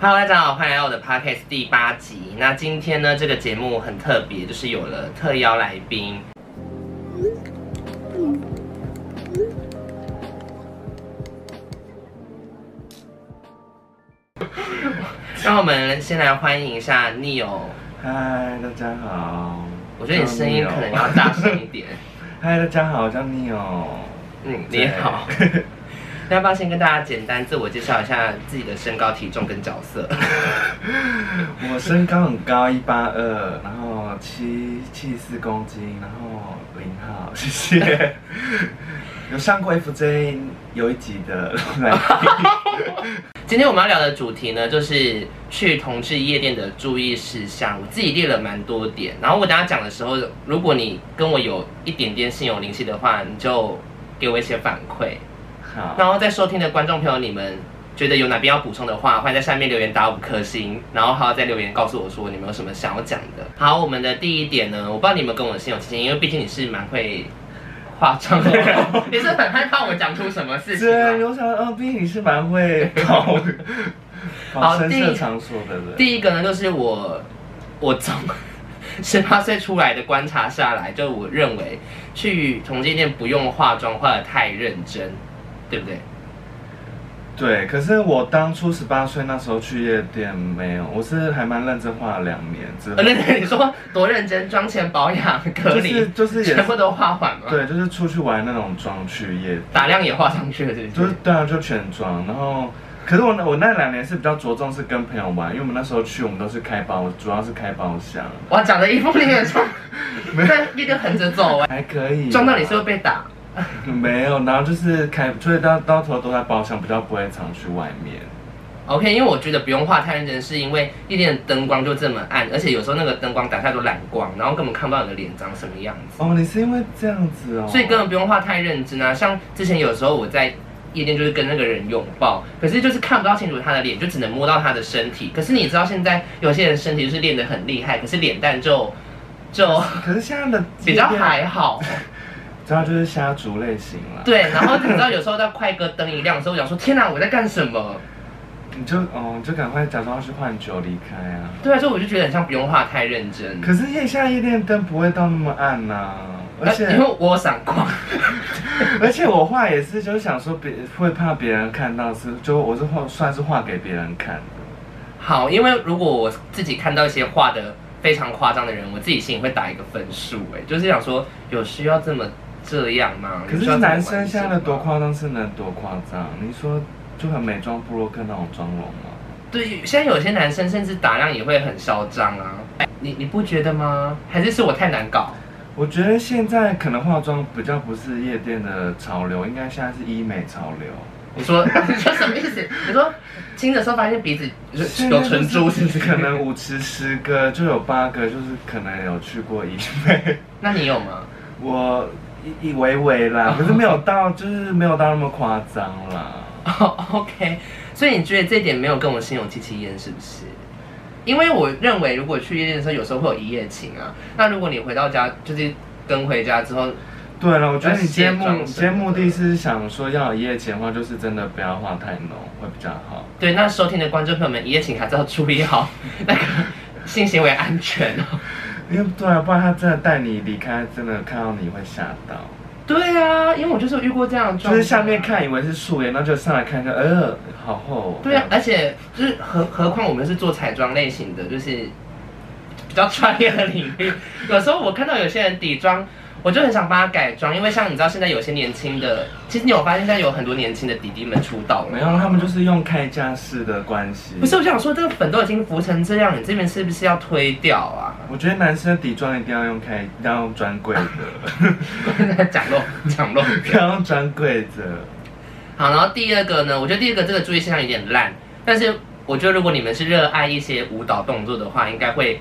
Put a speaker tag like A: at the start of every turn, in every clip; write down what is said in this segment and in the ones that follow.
A: Hello，大家好，欢迎来到我的 Podcast 第八集。那今天呢，这个节目很特别，就是有了特邀来宾。让我们先来欢迎一下 Neo，
B: 嗨，大家好。
A: 我觉得你声音可能要大声一点。
B: 嗨，大家好，我哦叫 Neo。
A: 嗯，你好。那要不要先跟大家简单自我介绍一下自己的身高、体重跟角色？
B: 我身高很高，一八二，然后七七四公斤，然后零号，谢谢。有上过 FJ 有一集的来宾，
A: 今天我们要聊的主题呢，就是去同志夜店的注意事项。我自己列了蛮多点，然后我等下讲的时候，如果你跟我有一点点心有灵犀的话，你就给我一些反馈。
B: 好，
A: 然后在收听的观众朋友，你们觉得有哪边要补充的话，欢迎在下面留言打五颗星，然后还要在留言告诉我说你们有什么想要讲的。好，我们的第一点呢，我不知道你们跟我心有戚戚，因为毕竟你是蛮 会化妆的人，你是很害怕我讲出什么事情吗
B: 对，我想，哦，毕竟你是蛮会跑跑
A: 好
B: 深
A: 第
B: 色
A: 一
B: 场所的人。
A: 第一个呢，就是我我从十八岁出来的观察下来，就我认为去同性恋不用化妆化的太认真，对不对？
B: 嗯对，可是我当初十八岁那时候去夜店没有，我是还蛮认真化了两年之后
A: 呃，。那个你说多认真，妆前保养、隔离，
B: 就是就是也是
A: 全部都化完吗？，
B: 对，就是出去玩那种妆去夜，
A: 打量也画上去了，对不
B: 就
A: 对
B: 是？对啊，就全妆。然后，可是我那我那两年是比较着重是跟朋友玩，因为我们那时候去我们都是开包，主要是开包厢，
A: 哇，长得一副脸妆，但一个横着走 哎，
B: 还可以。
A: 撞到你是会被打。
B: 没有，然后就是开，所以到到头都在包厢，比较不会常去外面。
A: OK，因为我觉得不用画太认真，是因为夜店的灯光就这么暗，而且有时候那个灯光打下来都蓝光，然后根本看不到你的脸长什么样子。
B: 哦，你是因为这样子哦，
A: 所以根本不用画太认真啊。像之前有时候我在夜店就是跟那个人拥抱，可是就是看不到清楚他的脸，就只能摸到他的身体。可是你知道现在有些人身体就是练得很厉害，可是脸蛋就 就
B: 可是现在的
A: 比较
B: 夜店，
A: 还好。
B: 主要就是虾族类型啦。，
A: 对，然后你知道有时候在快歌灯一亮的时候，我想说天哪、我在干什么？
B: 你就哦，你就赶快假装要去换酒离开啊。
A: 对啊，所以我就觉得很像不用画太认真。
B: 可是夜现在夜店灯不会到那么暗呐、而且、
A: 呃因为我有闪光，
B: 而且我画也是，就是想说别会怕别人看到是，就我是画算是画给别人看的。
A: 好，因为如果我自己看到一些画的非常夸张的人，我自己心里会打一个分数，哎，就是想说有需要这么这样吗？
B: 可
A: 有需要
B: 是
A: 这么
B: 男生现在的多
A: 完整吗
B: 夸张是能多夸张？你说就很美妆部落克那种妆容吗？
A: 对，现在有些男生甚至打量也会很嚣张啊，哎你你不觉得吗？还是是我太难搞？
B: 我觉得现在可能化妆比较不是夜店的潮流，应该现在是医美潮流。
A: 你说 你说什么意思？你说亲的时候发现鼻子有唇珠是不是？
B: 可能五十十个就有八个就是可能有去过医 美。
A: 那你有吗？
B: 我以以为为啦，可是没有到，就是没有到那么夸张啦。
A: 哦、o k 所以你觉得这一点没有跟我心有戚戚焉，是不是？因为我认为，如果去夜店的时候，有时候会有一夜情啊。那如果你回到家，就是跟回家之后，
B: 对了，我觉得你
A: 那
B: 今天
A: 卸妆什
B: 目
A: 么的
B: 今天目的是想说要有一夜情的话，就是真的不要画太浓会比较好。
A: 对那收听的观众朋友们，一夜情还是要注意好 那个性行为安全哦。
B: 因为对啊，不然他真的带你离开，真的看到你会吓到。
A: 对啊，因为我就是有遇过这样的状啊
B: 就
A: 况，
B: 是下面。看以为是素颜，然后就上来看一下，呃，好厚哦。
A: 对啊，而且就是何何况我们是做彩妆类型的，就是比较专业的领域。有时候我看到有些人底妆，我就很想帮他改妆，因为像你知道现在有些年轻的，其实你有发现现在有很多年轻的弟弟们出道了，
B: 没嗯有，他们就是用开架式的关系。
A: 不是，我想说这个粉都已经浮成这样，你这边是不是要推掉啊？
B: 我觉得男生的底妆一定要用开，一定要用专柜 的，
A: 讲漏 讲漏。
B: 一定要用专柜的。
A: 好，然后第二个呢，我觉得第二个这个注意事项有点烂，但是我觉得如果你们是热爱一些舞蹈动作的话，应该会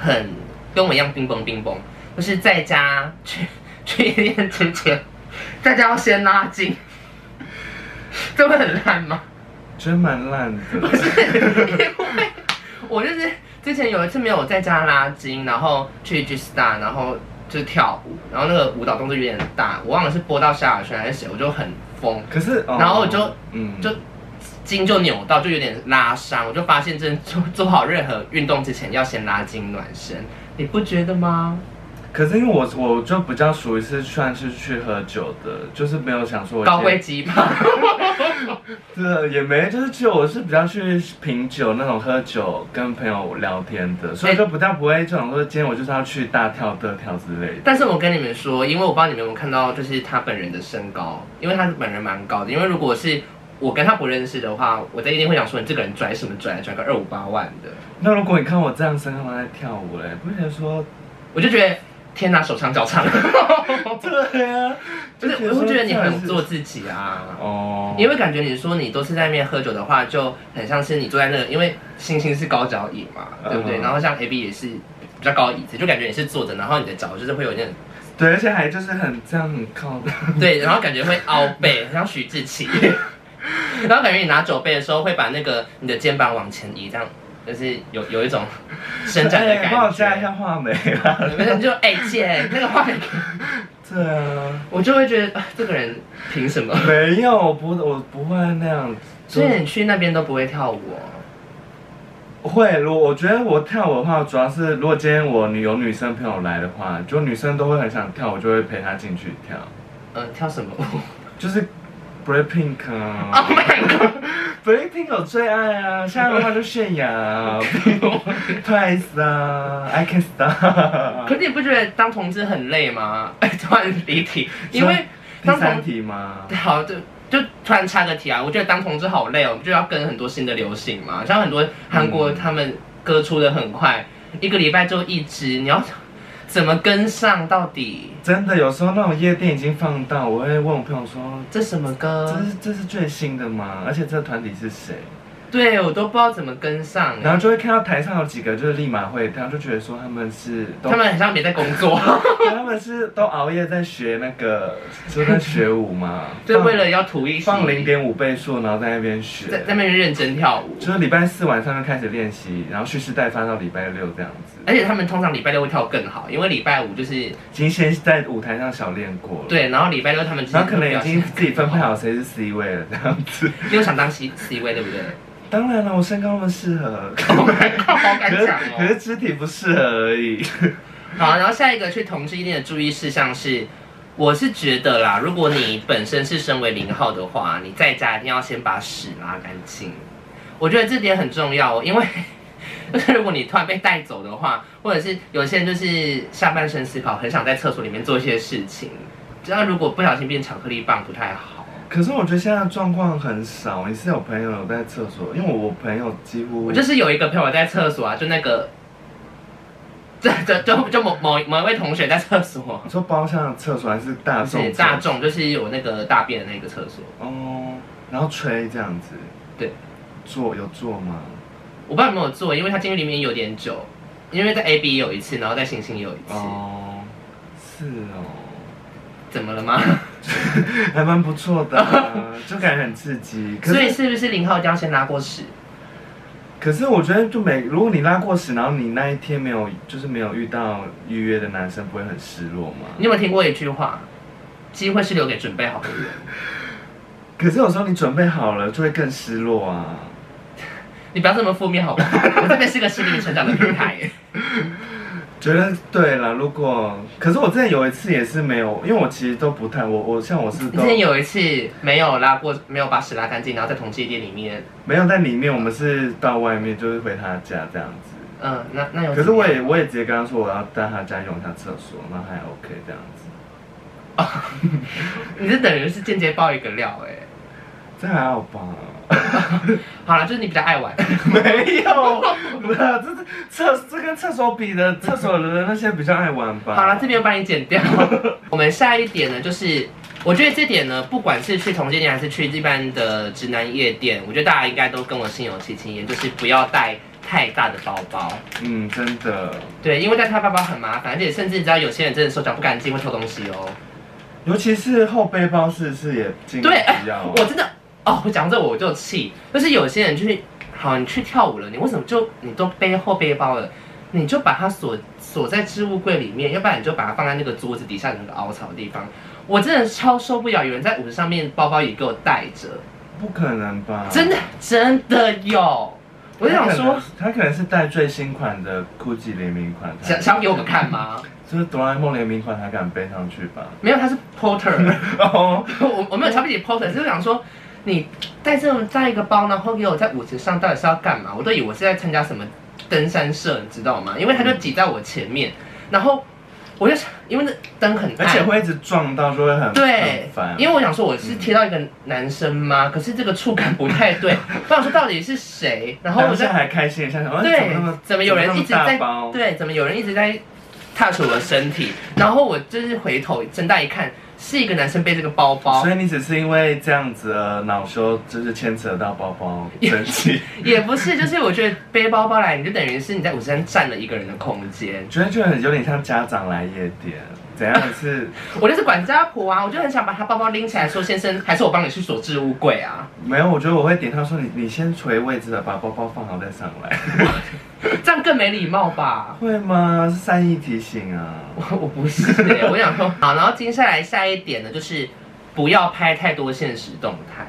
A: 很跟我一样冰崩冰崩，就是在家 去去夜店之前，大家要先拉筋， 这会很烂吗？
B: 觉得蛮烂的。
A: 我就是之前有一次没有在家拉筋，然后去 G Star，然后就是跳舞，然后那个舞蹈动作有点大，我忘了是播到萧亚轩还是谁，我就很疯，
B: 可是，哦
A: 然后我就
B: 嗯
A: 就筋就扭到，就有点拉伤。我就发现，真的做做好任何运动之前，要先拉筋暖身，你不觉得吗？
B: 可是因为我我就比较属于是算是去喝酒的，就是没有想说我
A: 高危机吧。
B: 对也没，就是去我是比较去品酒那种喝酒跟朋友聊天的，
A: 哎
B: 所以就比较不会这种说今天我就是要去大跳特跳之类的。
A: 但是我跟你们说，因为我不知道你们有没有看到，就是他本人的身高，因为他本人蛮高的。因为如果是我跟他不认识的话，我在一定会想说，你这个人拽什么拽，拽个二五八万的，
B: 那如果你看我这样身高在跳舞嘞，不会觉得说
A: 我就觉得天哪，手长脚长，
B: 对啊，
A: 就是我会觉得你很做自己啊。
B: 哦，
A: 因为感觉你说你都是在那边喝酒的话，就很像是你坐在那个，因为星星是高脚椅嘛，对不对？
B: 嗯
A: 然后像 A B 也是比较高的椅子，就感觉你是坐着，然后你的脚就是会有点
B: 对，而且还就是很这样很靠的，
A: 对，然后感觉会凹背，很像徐志奇。 然后感觉你拿酒杯的时候，会把那个你的肩膀往前移，这样就是有有一种伸展的
B: 哎帮我
A: 感
B: 加一
A: 觉。
B: 下画眉啦。
A: 没有，你就哎、姐，那个话，
B: 对啊，
A: 我就会觉得、啊这个人凭什么？
B: 没有，我不我不会那样。
A: 所以你去那边都不会跳舞、哦。
B: 会，如我觉得我跳舞的话，主要是如果今天我女有女生朋友来的话，就女生都会很想跳，我就会陪她进去跳，
A: 嗯、跳什么舞
B: 就是 Blackpink 啊
A: ？Oh my god！
B: ，Blackpink 我最爱啊，现在的话就泫雅 啊，Twice 啊，I Can Star，
A: 可是你不觉得当同志很累吗？ 突然离题，因为
B: 第
A: 当
B: 三
A: 同
B: 题吗？
A: 好，就就突然插个题啊，我觉得当同志好累哦，我们就要跟很多新的流行嘛，像很多韩国
B: 嗯
A: 他们歌出的很快，一个礼拜就一支，你要怎么跟上到底？
B: 真的，有时候那种夜店已经放到，我会问我朋友说，
A: 这什么歌
B: 这？是这是最新的吗？而且这个团体是谁？
A: 对我都不知道怎么跟上，
B: 然后就会看到台上有几个就是立马会跳，就觉得说他们是都
A: 他们很像没在工作，，
B: 他们是都熬夜在学那个， 就在学舞嘛
A: 就为了要图一
B: 放
A: 点，
B: 零点五倍速，然后在那边
A: 在在
B: 学，
A: 那边认真跳舞，
B: 就是礼拜四晚上就开始练习，然后蓄势待发到礼拜六这样子。
A: 而且他们通常礼拜六会跳更好，因为礼拜五就是
B: 已经先在舞台上小练过了，，
A: 对，然后礼拜六他们就是
B: 然后可能已
A: 表
B: 经
A: 现
B: 自己分配好谁是 C 位了这样子。
A: 你有想当 C C 位对不对？
B: 当然了，我身高那么适合，
A: 好敢
B: 可是
A: 讲
B: 可
A: 哦。
B: 是肢体不适合而已。
A: 好，然后下一个去同志一定的注意事项是，我是觉得啦，如果你本身是身为零号的话，你在家一定要先把屎拉干净。我觉得这点很重要哦，因为 就是如果你突然被带走的话，或者是有些人就是下半身思考，很想在厕所里面做一些事情，这样如果不小心变巧克力棒不太好。
B: 可是我觉得现在的状况很少，你是有朋友有在厕所，因为我朋友几乎
A: 我就是有一个朋友在厕所啊，就那个， 这这就就某某某一位同学在厕所，
B: 你说包厢的厕所还是大
A: 不是
B: 众厕所
A: 大众，就是有那个大便的那个厕所。
B: 哦，然后吹这样子，
A: 对，
B: 做有做吗？
A: 我不知道有没有做，因为他进去里面有点久，因为在 A B 有一次，然后在星星有一次，
B: 哦，是哦，
A: 怎么了吗？
B: 还蛮不错的啊、 就感觉很刺激。可
A: 所以
B: 是
A: 是不是零号一定要先拉过屎？
B: 可是我觉得就每如果你拉过屎，然后你那一天没有就是没有遇到预约的男生，不会很失落吗？
A: 你有没有听过一句话？机会是留给准备好的人。
B: 可是有时候你准备好了，就会更失落啊。
A: 你不要这么负面好不 好？我这边是个心灵成长的平台耶。
B: 觉得对了，如果可是我之前有一次也是没有，因为我其实都不太我我像我是
A: 你
B: 都
A: 之前有一次没有拉过，没有把屎拉干净，然后在同济店里面，
B: 没有在里面，我们是到外面就是回他家这样子。
A: 嗯，那那有怎么样。
B: 可是我也我也直接跟他说我要到他家用一下厕所，那还 OK 这样子，
A: 你这等于是间接爆一个料哎、
B: 这还好吧？
A: 好了，就是你比较爱玩，
B: 没有，不是啊，这是厕这跟厕所比的，厕所的那些比较爱玩吧。
A: 好了，这边帮你剪掉。我们下一点呢，就是我觉得这点呢，不管是去同性恋还是去一般的直男夜店，我觉得大家应该都跟我心有戚戚焉，就是不要带太大的包包。
B: 嗯，真的，
A: 对，因为带太大包包很麻烦，而且甚至你知道有些人真的手脚不干净会偷东西哦。
B: 尤其是后背包是不是也尽
A: 对，
B: 量
A: 哎
B: 不要。
A: 我真的哦，我讲这我就气，就是有些人就是，好，你去跳舞了，你为什么就你都背后背包了，你就把它锁锁在置物柜里面，要不然你就把它放在那个桌子底下那个凹槽的地方。我真的超受不了，有人在舞池上面包包也给我带着，
B: 不可能吧？
A: 真的真的有。我就想 说，
B: 他可能，他可能是带最新款的 GUCCI 联名款，他
A: 想想给我们看吗？
B: 就是哆啦 A 梦联名款，他敢背上去吧？
A: 没有，他是 porter，
B: 哦，
A: 我我没有瞧不起 porter，就是想说，你带这种带一个包，然后给我在舞池上到底是要干嘛？我都以为我是在参加什么登山社，你知道吗？因为他
B: 嗯
A: 就挤在我前面，然后我就想，因为那灯很
B: 而
A: 暗，
B: 且会一直撞到，就会很
A: 对
B: 很烦，啊嗯
A: 因为我想说我是贴到一个男生吗？可是这个触感不太 对，我想说到底是谁？然后我
B: 当
A: 就
B: 下还开心一下，想哦
A: 对
B: 怎么那么，
A: 怎么有人一直
B: 怎么那
A: 在
B: 么大包？
A: 对，怎么有人一直在 touch 我的身体？然后我就是回头睁大一看，是一个男生背这个包包
B: 所，以你只是因为这样子而恼羞，就是牵扯到包包生 气，
A: 也不是，就是我觉得背包包来，你就等于是你在五十三占了一个人的空间。
B: 觉得就很有点像家长来夜店，怎样是
A: 我就是管家婆啊，我就很想把他包包拎起来说，先生，还是我帮你去锁置物柜啊？
B: 没有？我觉得我会点他说你你先垂位置的，把包包放好再上来，
A: 这样更没礼貌吧？
B: 会吗？是善意提醒啊。
A: 我我不是、欸我想说好，然后接下来下一点呢，就是不要拍太多现实动态。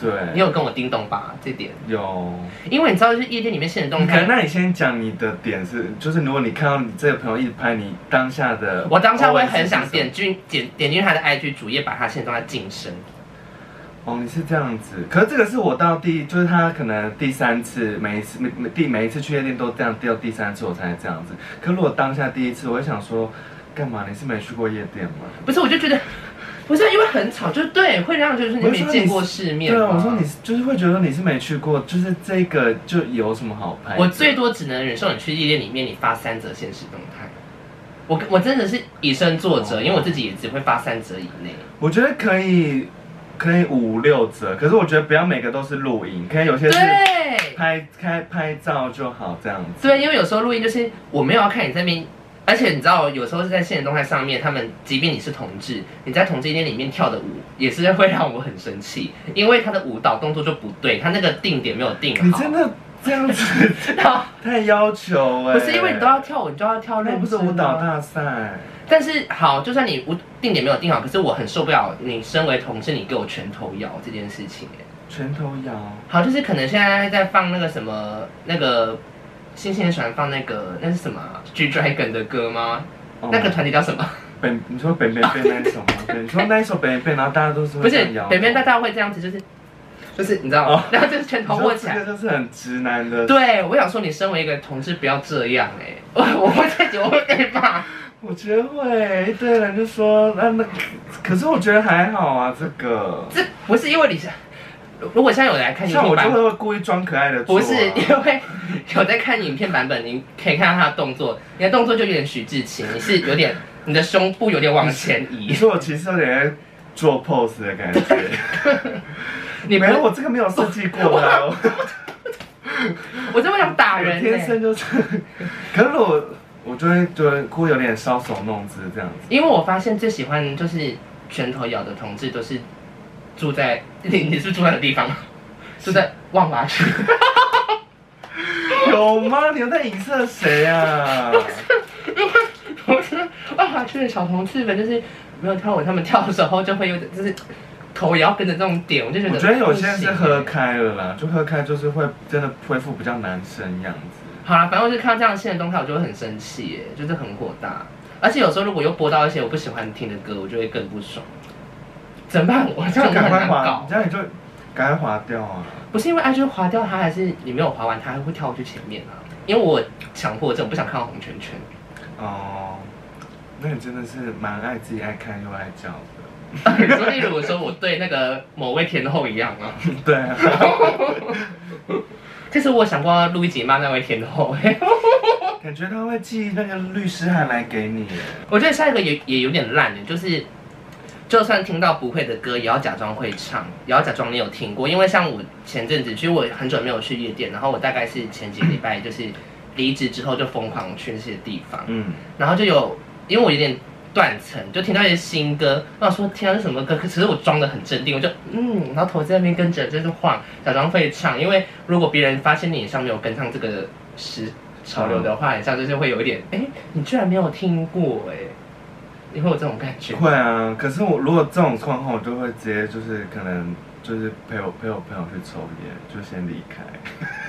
B: 对，
A: 你有跟我叮咚吧这点，
B: 有
A: 因为你知道，就是夜店里面现实动
B: 可
A: 态
B: 能，那你先讲你的点是，就是如果你看到你这个朋友一直拍你当下的，
A: 我当下会很想点。进点点进他的 IG 主页，把他现在在晋升。
B: 哦，你是这样子，可是这个是我到第，就是他可能第三次，每一次每每第每一次去夜店都这样，到第三次我才这样子。可如果当下第一次，我会想说，干嘛？你是没去过夜店吗？
A: 不是，我就觉得不是因为很吵，就对，会让就是你
B: 我就
A: 没
B: 说
A: 见过世面
B: 对啊，
A: 嘛
B: 我说你就是会觉得你是没去过，就是这个就有什么好拍的？
A: 我最多只能忍受你去夜店里面你发三则现实动态。我我真的是以身作则，
B: 哦
A: 因为我自己也只会发三则以内。
B: 我觉得可以，可以五六折，可是我觉得不要每个都是录影，可以有些是
A: 对
B: 拍开拍照就好这样子。
A: 对，因为有时候录音就是我没有要看你这边，而且你知道，有时候是在现实动态上面，他们即便你是同志，你在同志间里面跳的舞也是会让我很生气，因为他的舞蹈动作就不对，他那个定点没有定好。
B: 嗯你真的这样子
A: 然后
B: 太要求哎、
A: 不是因为你都要跳舞，你就要跳
B: 那
A: 认
B: 不是
A: 真
B: 舞蹈
A: 啊
B: 大赛，
A: 但是好，就算你无定点没有定好，可是我很受不了你身为同事，你给我拳头摇这件事情、欸。
B: 拳头摇，
A: 好，就是可能现在在放那个什么那个。新鲜喜欢放那个那是什么啊 G Dragon 的歌吗？
B: 哦
A: 那个团体叫什么？
B: 本你说本本本那一首吗？对，你说那一首本本，然后大家都是
A: 不
B: 会这
A: 是
B: 样摇，
A: 北边大家会这样子，就是就是你知
B: 哦
A: 道吗？然后就是拳头
B: 你
A: 握
B: 说
A: 起
B: 这
A: 来
B: 个。就是很直男的，
A: 对，我想说你身为一个同事不要这样哎、欸， 我我会自己我会被骂。
B: 我觉得会一堆人就说那那，可是我觉得还好啊，这个。
A: 这不是因为你是，如果现在有来看
B: 像
A: YouTube
B: 我就
A: 版，
B: 会故意装可爱的做
A: 不
B: 啊、
A: 是因为有在看影片版本，你可以看到他的动作，你的动作就有点徐志勤，你是有点你的胸部有点往前
B: 你
A: 移，
B: 说我其实有点在做 pose 的感觉，
A: 你不
B: 没有，我这个没有设计过 的啊，我
A: 我真的想打人、
B: 我
A: 欸，
B: 天生就是。可是我我就会觉得故意有点搔首弄姿这样子。
A: 因为我发现最喜欢就是拳头咬的同志都是住在你你是住在的地 方吗，住在万华区。
B: 有吗？你又在影射谁 啊？
A: 我觉得万华区的小同志们就是没有跳舞，他们跳的时候就会有点就是头也要跟着这种点，我就觉得
B: 我觉得有些
A: 不行
B: 是
A: 欸
B: 喝开了啦，就喝开就是会真的恢复比较男生样子。
A: 好了，反正我就看到这样的新的动态，我就会很生气耶，就是很火大。而且有时候如果又播到一些我不喜欢听的歌，我就会更不爽。怎么办？我这
B: 这
A: 种
B: 样
A: 很
B: 赶快
A: 难
B: 划
A: 搞，。
B: 这样你就赶快划掉啊！
A: 不是因为 IG 划掉它，还是你没有划完，它还会跳回去前面啊？因为我强迫症，我不想看到红圈 圈。
B: 哦，那你真的是蛮爱自己爱看又爱叫的。
A: 你说，例如我说我对那个某位天后一样啊，
B: 对啊，
A: 其实我想过要录一集骂那位天后、欸嘿
B: 感觉他会寄那个律师函来给你耶。
A: 我觉得下一个也也有点烂的，欸就是就算听到不会的歌，也要假装会唱，也要假装你有听过。因为像我前阵子，其实我很久没有去夜店，然后我大概是前几个礼拜就是离职之后就疯狂去那些地方，
B: 嗯，
A: 然后就有因为我有点断层，就听到一些新歌，我想说天啊是什么歌？可其实我装的很镇定，我就嗯，然后头在那边跟着就是晃，假装会唱，因为如果别人发现你上没有跟上这个时潮流的话，你像就是会有一点，哎，你居然没有听过哎、你会有这种感觉？
B: 会啊。可是我如果这种状况，我就会直接就是可能就是陪我陪我朋友去抽烟，就先离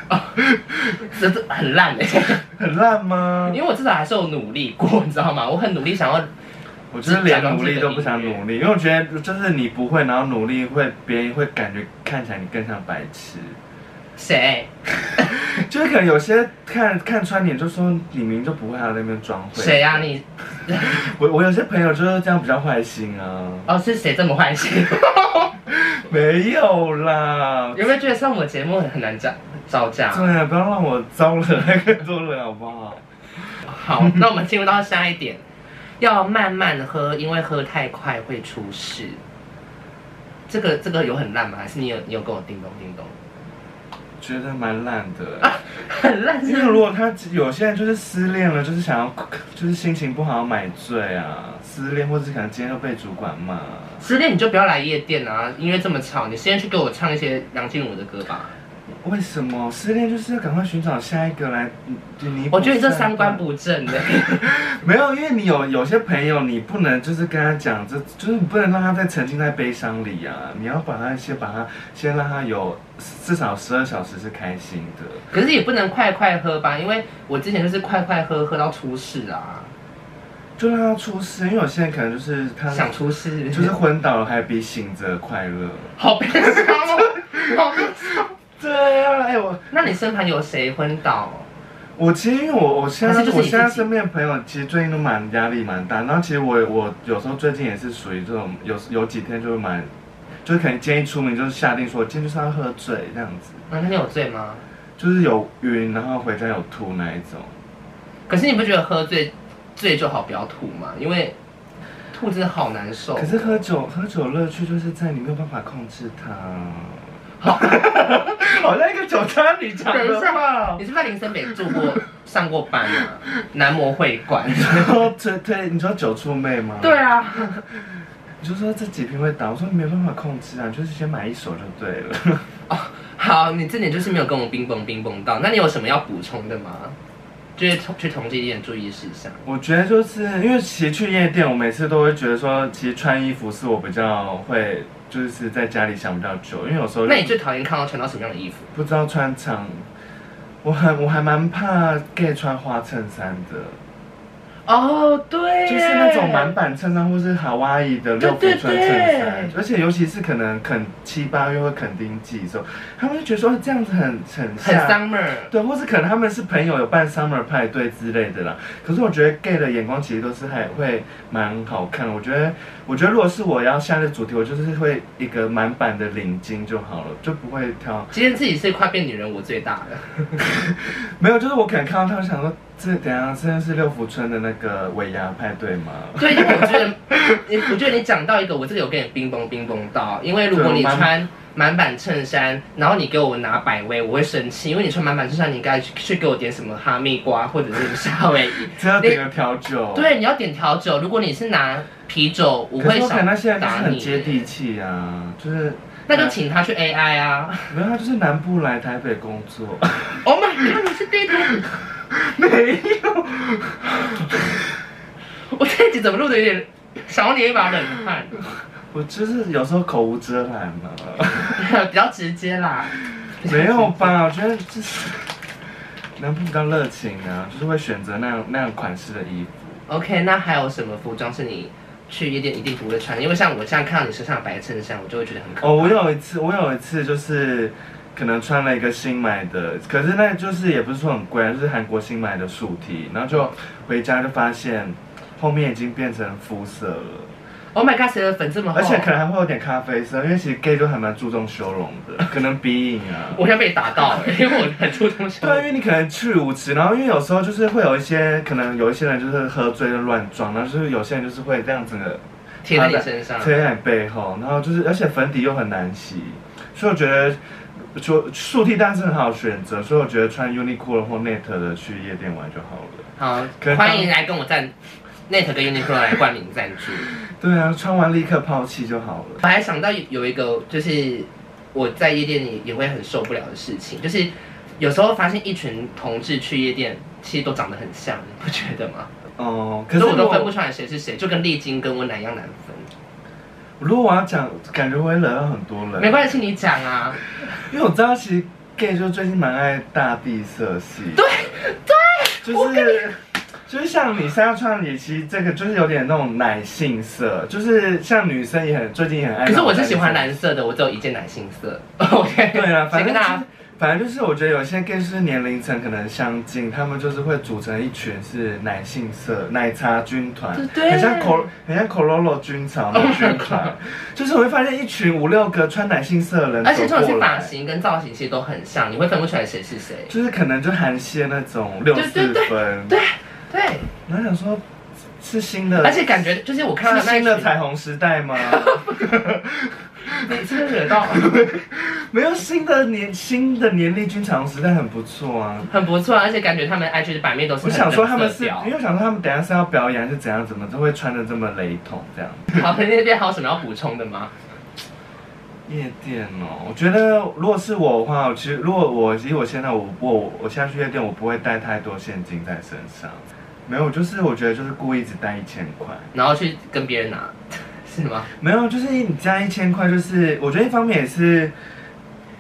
B: 开，
A: 真的很烂哎、
B: 很烂吗
A: 因？为我至少还是有努力过，你知道吗？我很努力想要，
B: 我就是连努力都不想努力，因为我觉得就是你不会，然后努力会，别人会感觉看起来你更像白痴。
A: 谁
B: 就是可能有些看看穿你就说你明明就不会，还在那边装会。
A: 谁啊你？
B: 我我有些朋友就是这样比较坏心啊。
A: 哦，是谁这么坏 心？
B: 没有 啦，
A: 有没有觉得上我节目很很难招招架？
B: 对啊，不要让我招惹太多人好不好？
A: 好，那我们进入到下一点，要慢慢喝，因为喝太快会出事。这个这个有很烂吗？还是你有你有跟我叮咚叮咚？
B: 觉得蛮烂的、
A: 啊很烂啊
B: 因
A: 是
B: 为如果他有些人就是失恋了，就是想要，就是心情不好买醉啊，失恋或者是可能今天又被主管骂。啊
A: 失恋你就不要来夜店啊，音乐这么吵，你先去给我唱一些梁静茹的歌吧。
B: 为什么失恋就是要赶快寻找下一个来嗯弥补？
A: 我觉得你这啊三观不正的、
B: 没有，因为你有有些朋友，你不能就是跟他讲，这就是你不能让他再沉浸在悲伤里啊！你要把他先把他先让他有至少十二小时是开心的。
A: 可是也不能快快喝吧，因为我之前就是快快喝，喝到出事啊，
B: 就让他出事，因为有些人可能就是他
A: 想出事
B: 就是昏倒了，还比醒着快乐。
A: 好悲伤哦，好悲伤。
B: 对啊，哎、我
A: 那你身旁有谁昏倒？
B: 我其实因为我我现在
A: 还是就是
B: 我
A: 你自己
B: 现在身边的朋友其实最近都蛮压力蛮大，然后其实我我有时候最近也是属于这种有有几天就会蛮，就是可能今天一出门就是下定说今天就是要喝醉这样子。
A: 啊，那你有醉吗？
B: 就是有晕，然后回家有吐那一种。
A: 可是你不觉得喝醉醉就好，不要吐吗？因为吐真的好难受。
B: 可是喝酒，喝酒乐趣就是在你没有办法控制 它。好，像一个酒渣女讲
A: 等一
B: 的
A: 下
B: 话，
A: 你。是不是在林森北住过、上过班 啊？男模会馆。
B: 然后推推，你说酒醋妹吗？
A: 对，啊，
B: 你就说这几瓶会倒，我说你没办法控制啊，你就是先买一手就对了。
A: 好，你这点就是没有跟我冰崩冰崩到。那你有什么要补充的吗？就是同去同济店注意事项。
B: 我觉得就是因为其实去夜店，我每次都会觉得说，其实穿衣服是我比较会，就是在家里想比较久，因为有时候
A: 那你最讨厌看到穿到什么样的衣服？
B: 不知道穿长，我很我还蛮怕 gay 穿花衬衫的，
A: 哦，对耶，
B: 就是那种满版衬衫或是夏威夷的六福
A: 对对
B: 春衬
A: 对
B: 衫，而且尤其是可能肯七八月或垦丁季的时候，他们就觉得说这样子很很
A: 很
B: 下
A: summer。
B: 对，或是可能他们是朋友有办 summer 派对之类的啦。可是我觉得 gay 的眼光其实都是还会蛮好看的。我觉得，我觉得如果是我要下的主题，我就是会一个满版的领巾就好了，就不会挑
A: 今天自己是快变女人，我最大了。
B: 没有，就是我可能看到他，我想说，这等一下真的是六福村的那个尾牙派对吗？
A: 对，因为我觉得，你我觉得你讲到一个，我这个有跟你冰崩冰崩到，因为如果你穿满版衬衫，然后你给我拿百威，我会生气，因为你穿满版衬衫，你应该去去给我点什么哈密瓜或者是夏威夷。
B: 这要点个调酒。，
A: 对，你要点调酒，如果你是拿啤酒，我
B: 可
A: 会
B: 是我可
A: 想
B: 能那些人就是
A: 打
B: 很接
A: 你。
B: 地气啊，就是
A: 那就请他去 AI 啊
B: 没有他就是南部来台北工作，
A: ！Oh my god，你是对的，
B: 没有。
A: 我这一集怎么录的有点少你一把冷汗，
B: 我就是有时候口无遮拦嘛，
A: 比较直接啦。
B: 没有吧？我觉得就是南部比较热情啊，就是会选择那样那样款式的衣服。
A: OK，那还有什么服装是你去夜店一定不会穿的？因为像我现在看到你身上的白衬衫，我就会觉得很可
B: 哦，我有一次，我有一次就是可能穿了一个新买的，可是那就是也不是说很贵啊，就是韩国新买的竖 T，然后就回家就发现后面已经变成肤色了，
A: Oh my god，谁的粉这么厚？
B: 而且可能还会有点咖啡色，因为其实 gay 都还蛮注重修容 的，可能鼻影啊。
A: 我现在被打到、欸，因为我很注重修
B: 对，啊因为你可能去舞池，然后因为有时候就是会有一些，可能有一些人就是喝醉了乱撞，然后就是有些人就是会这样子的
A: 贴在你身 上。
B: 贴在你背后，然后就是而且粉底又很难洗，所以我觉得就竖替当然是很好的选择，所以我觉得穿 Uniqlo 或 Net 的去夜店玩就好了。
A: 好
B: 可，能
A: 欢迎来跟我赞，Net 跟 Uniqlo 来冠名赞助。
B: 对啊，穿完立刻抛弃就好了。
A: 我还想到有一个，就是我在夜店里也会很受不了的事情，就是有时候发现一群同志去夜店，其实都长得很像，你不觉得吗？
B: 哦、可
A: 可
B: 是
A: 是我
B: 如
A: 都
B: 果
A: 分不出来谁是谁，就跟丽晶跟温岚一样难分。
B: 如果我要讲，感觉我也惹到很多人。
A: 没关系，你讲啊。
B: 因为我知道其实 gay 就最近蛮爱大地色系，
A: 对对，
B: 就
A: 我跟
B: 是就是像你身上穿的里，其实这个就是有点那种奶杏色，就是像女生也很最近也很爱。
A: 可是我是喜欢蓝。色的，我只有一件奶杏色。OK，
B: 对啊，反
A: 先跟
B: 正就
A: 大
B: 是
A: 家
B: 反正就是我觉得有些 gay 是年龄层可能相近，他们就是会组成一群是奶杏色奶茶军团，
A: 对哦
B: 很像 col 很像 cololo 军草那种军 团，就是我会发现一群五六个穿奶杏色的人
A: 而且
B: 走
A: 这种
B: 过
A: 是
B: 来
A: 发型跟造型其实都很像，你会分不出来谁是谁。
B: 就是可能就韩系的那种六四分，
A: 对对，
B: 然后想说是新的，
A: 而且感觉就是我看到
B: 是
A: 那一
B: 新
A: 群
B: 的彩虹时 代吗？
A: 你是不是惹到？
B: 没有新的年新的年历军彩虹时代很不错啊。
A: 很不错，而且感觉他们 IG 的版面都是
B: 我
A: 很
B: 想说他们
A: 正色
B: 是，
A: 调
B: 因为我想说他们等一下是要表演还是怎样，怎么都会穿的这么雷同这样。
A: 好，那边还有什么要补充的吗？
B: 夜店哦，我觉得如果是我的话，我其实如果我以我现在我我我现在去夜店，我不会带太多现金在身上。没有，就是我觉得就是故意只带一千块。
A: 然后去跟别人拿，是吗？
B: 没有，就是你加一千块，就是我觉得一方面也是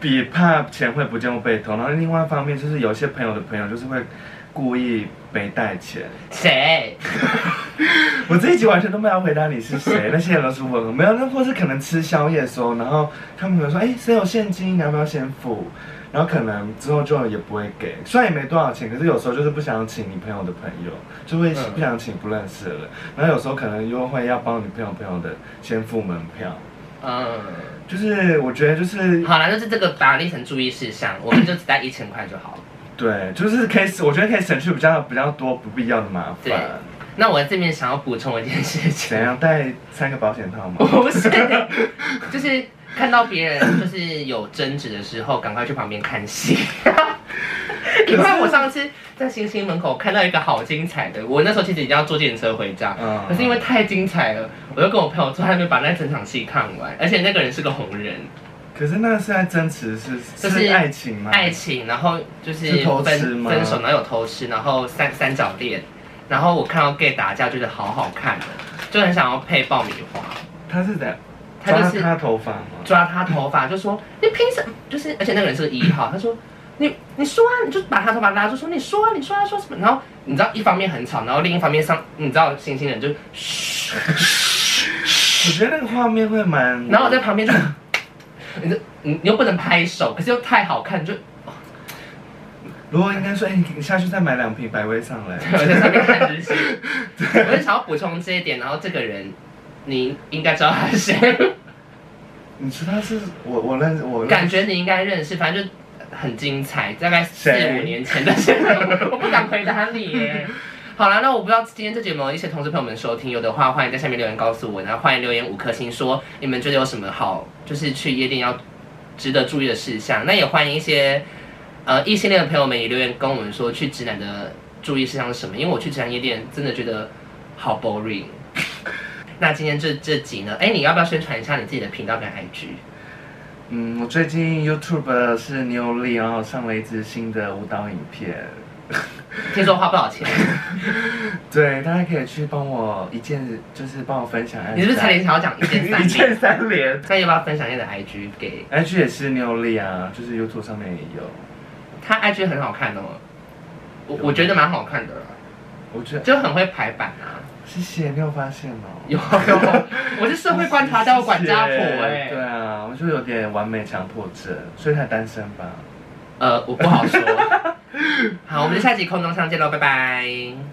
B: 比怕钱会不见或被偷，然后另外一方面就是有些朋友的朋友就是会故意没带钱。
A: 谁？
B: 我这一集完全都没有回答你是谁，那些人都是问，没有，那或是可能吃宵夜的时候，然后他们可能说，哎、谁有现金，你要不要先付？然后可能之后就也不会给，虽然也没多少钱，可是有时候就是不想请你朋友的朋友，就会
A: 嗯
B: 不想请不认识的人，然后有时候可能又会要帮你朋友朋友的先付门票。
A: 嗯，
B: 就是我觉得就是
A: 好了，就是这个把它列成注意事项，我们就只带一千块就好了。
B: 对，就是可以，我觉得可以省去比较比较多不必要的麻
A: 对
B: 烦。
A: 那我这边想要补充一件事情
B: 怎，样带三个保险套 吗？
A: 不 是，就是看到别人就是有争执的时候，赶快去旁边看 戏。因为我上次在星星门口看到一个好精彩的，我那时候其实已经要坐电车回家，
B: 嗯
A: 可是因为太精彩了，我就跟我朋友坐在那边把那整场戏看完，而且那个人是个红人，
B: 可是那是在争执，是
A: 就是
B: 是爱情吗？
A: 爱情，然后就是
B: 嗯是偷吃
A: 分
B: 吗
A: 分手，然后有偷吃，然后三三角恋，然后我看到 gay 打架，觉得好好看哦，就很想要配爆米花，
B: 他是怎样
A: 他就
B: 抓
A: 是
B: 他头发吗？
A: 抓他头发，就说你凭什么？就是而且那个人是个一号，他说你你说啊，你就把他头发拉住，说你说啊，你说啊，说什么？然后你知道一方面很吵，然后另一方面上你知道星星人就 嘘，
B: 我觉得那个画面会蛮……
A: 然后我在旁边就，你就你你又不能拍手，可是又太好看，就。
B: 如果应该说，哎、你下去再买两瓶百威上来
A: 我在上面看日戏。我就想要补充这一点，然后这个人你应该知道他是谁，
B: 你说他是我，我认我认
A: 感觉你应该认识，反正就。很精彩，大概四
B: 谁
A: 五年前的事，我不敢回答你耶。好了，那我不知道今天这节目有没有一些同事朋友们收听，有的话欢迎在下面留言告诉我，然后欢迎留言五颗星说你们觉得有什么好，就是去夜店要值得注意的事项。那也欢迎一些呃异性恋的朋友们也留言跟我们说去直男的注意事项是什么，因为我去直男夜店真的觉得好 boring。那今天这这集呢，哎、你要不要宣传一下你自己的频道跟 IG？
B: 嗯，我最近 YouTube 是牛力，然后上了一支新的舞蹈影片。
A: 听说花不少钱，
B: 对，大家可以去帮我一键，哎就是啊帮我分享按赞。
A: 你是不是差点想要讲一键 三
B: 一键
A: 连？
B: 三连。
A: 那要不要分享一下你的 IG 给
B: IG 也是牛力啊，就是 YouTube 上面也有。
A: 他 IG 很好看哦，我我觉得蛮好看的啦，
B: 我觉得
A: 就很会排版啊。
B: 谢谢，你有发现哦？
A: 有有，我是社会观察家，我管家婆哎、
B: 对啊，我就有点完美强迫症，所以才单身吧。
A: 呃，我不好说。好，我们下集空中相见喽，拜拜。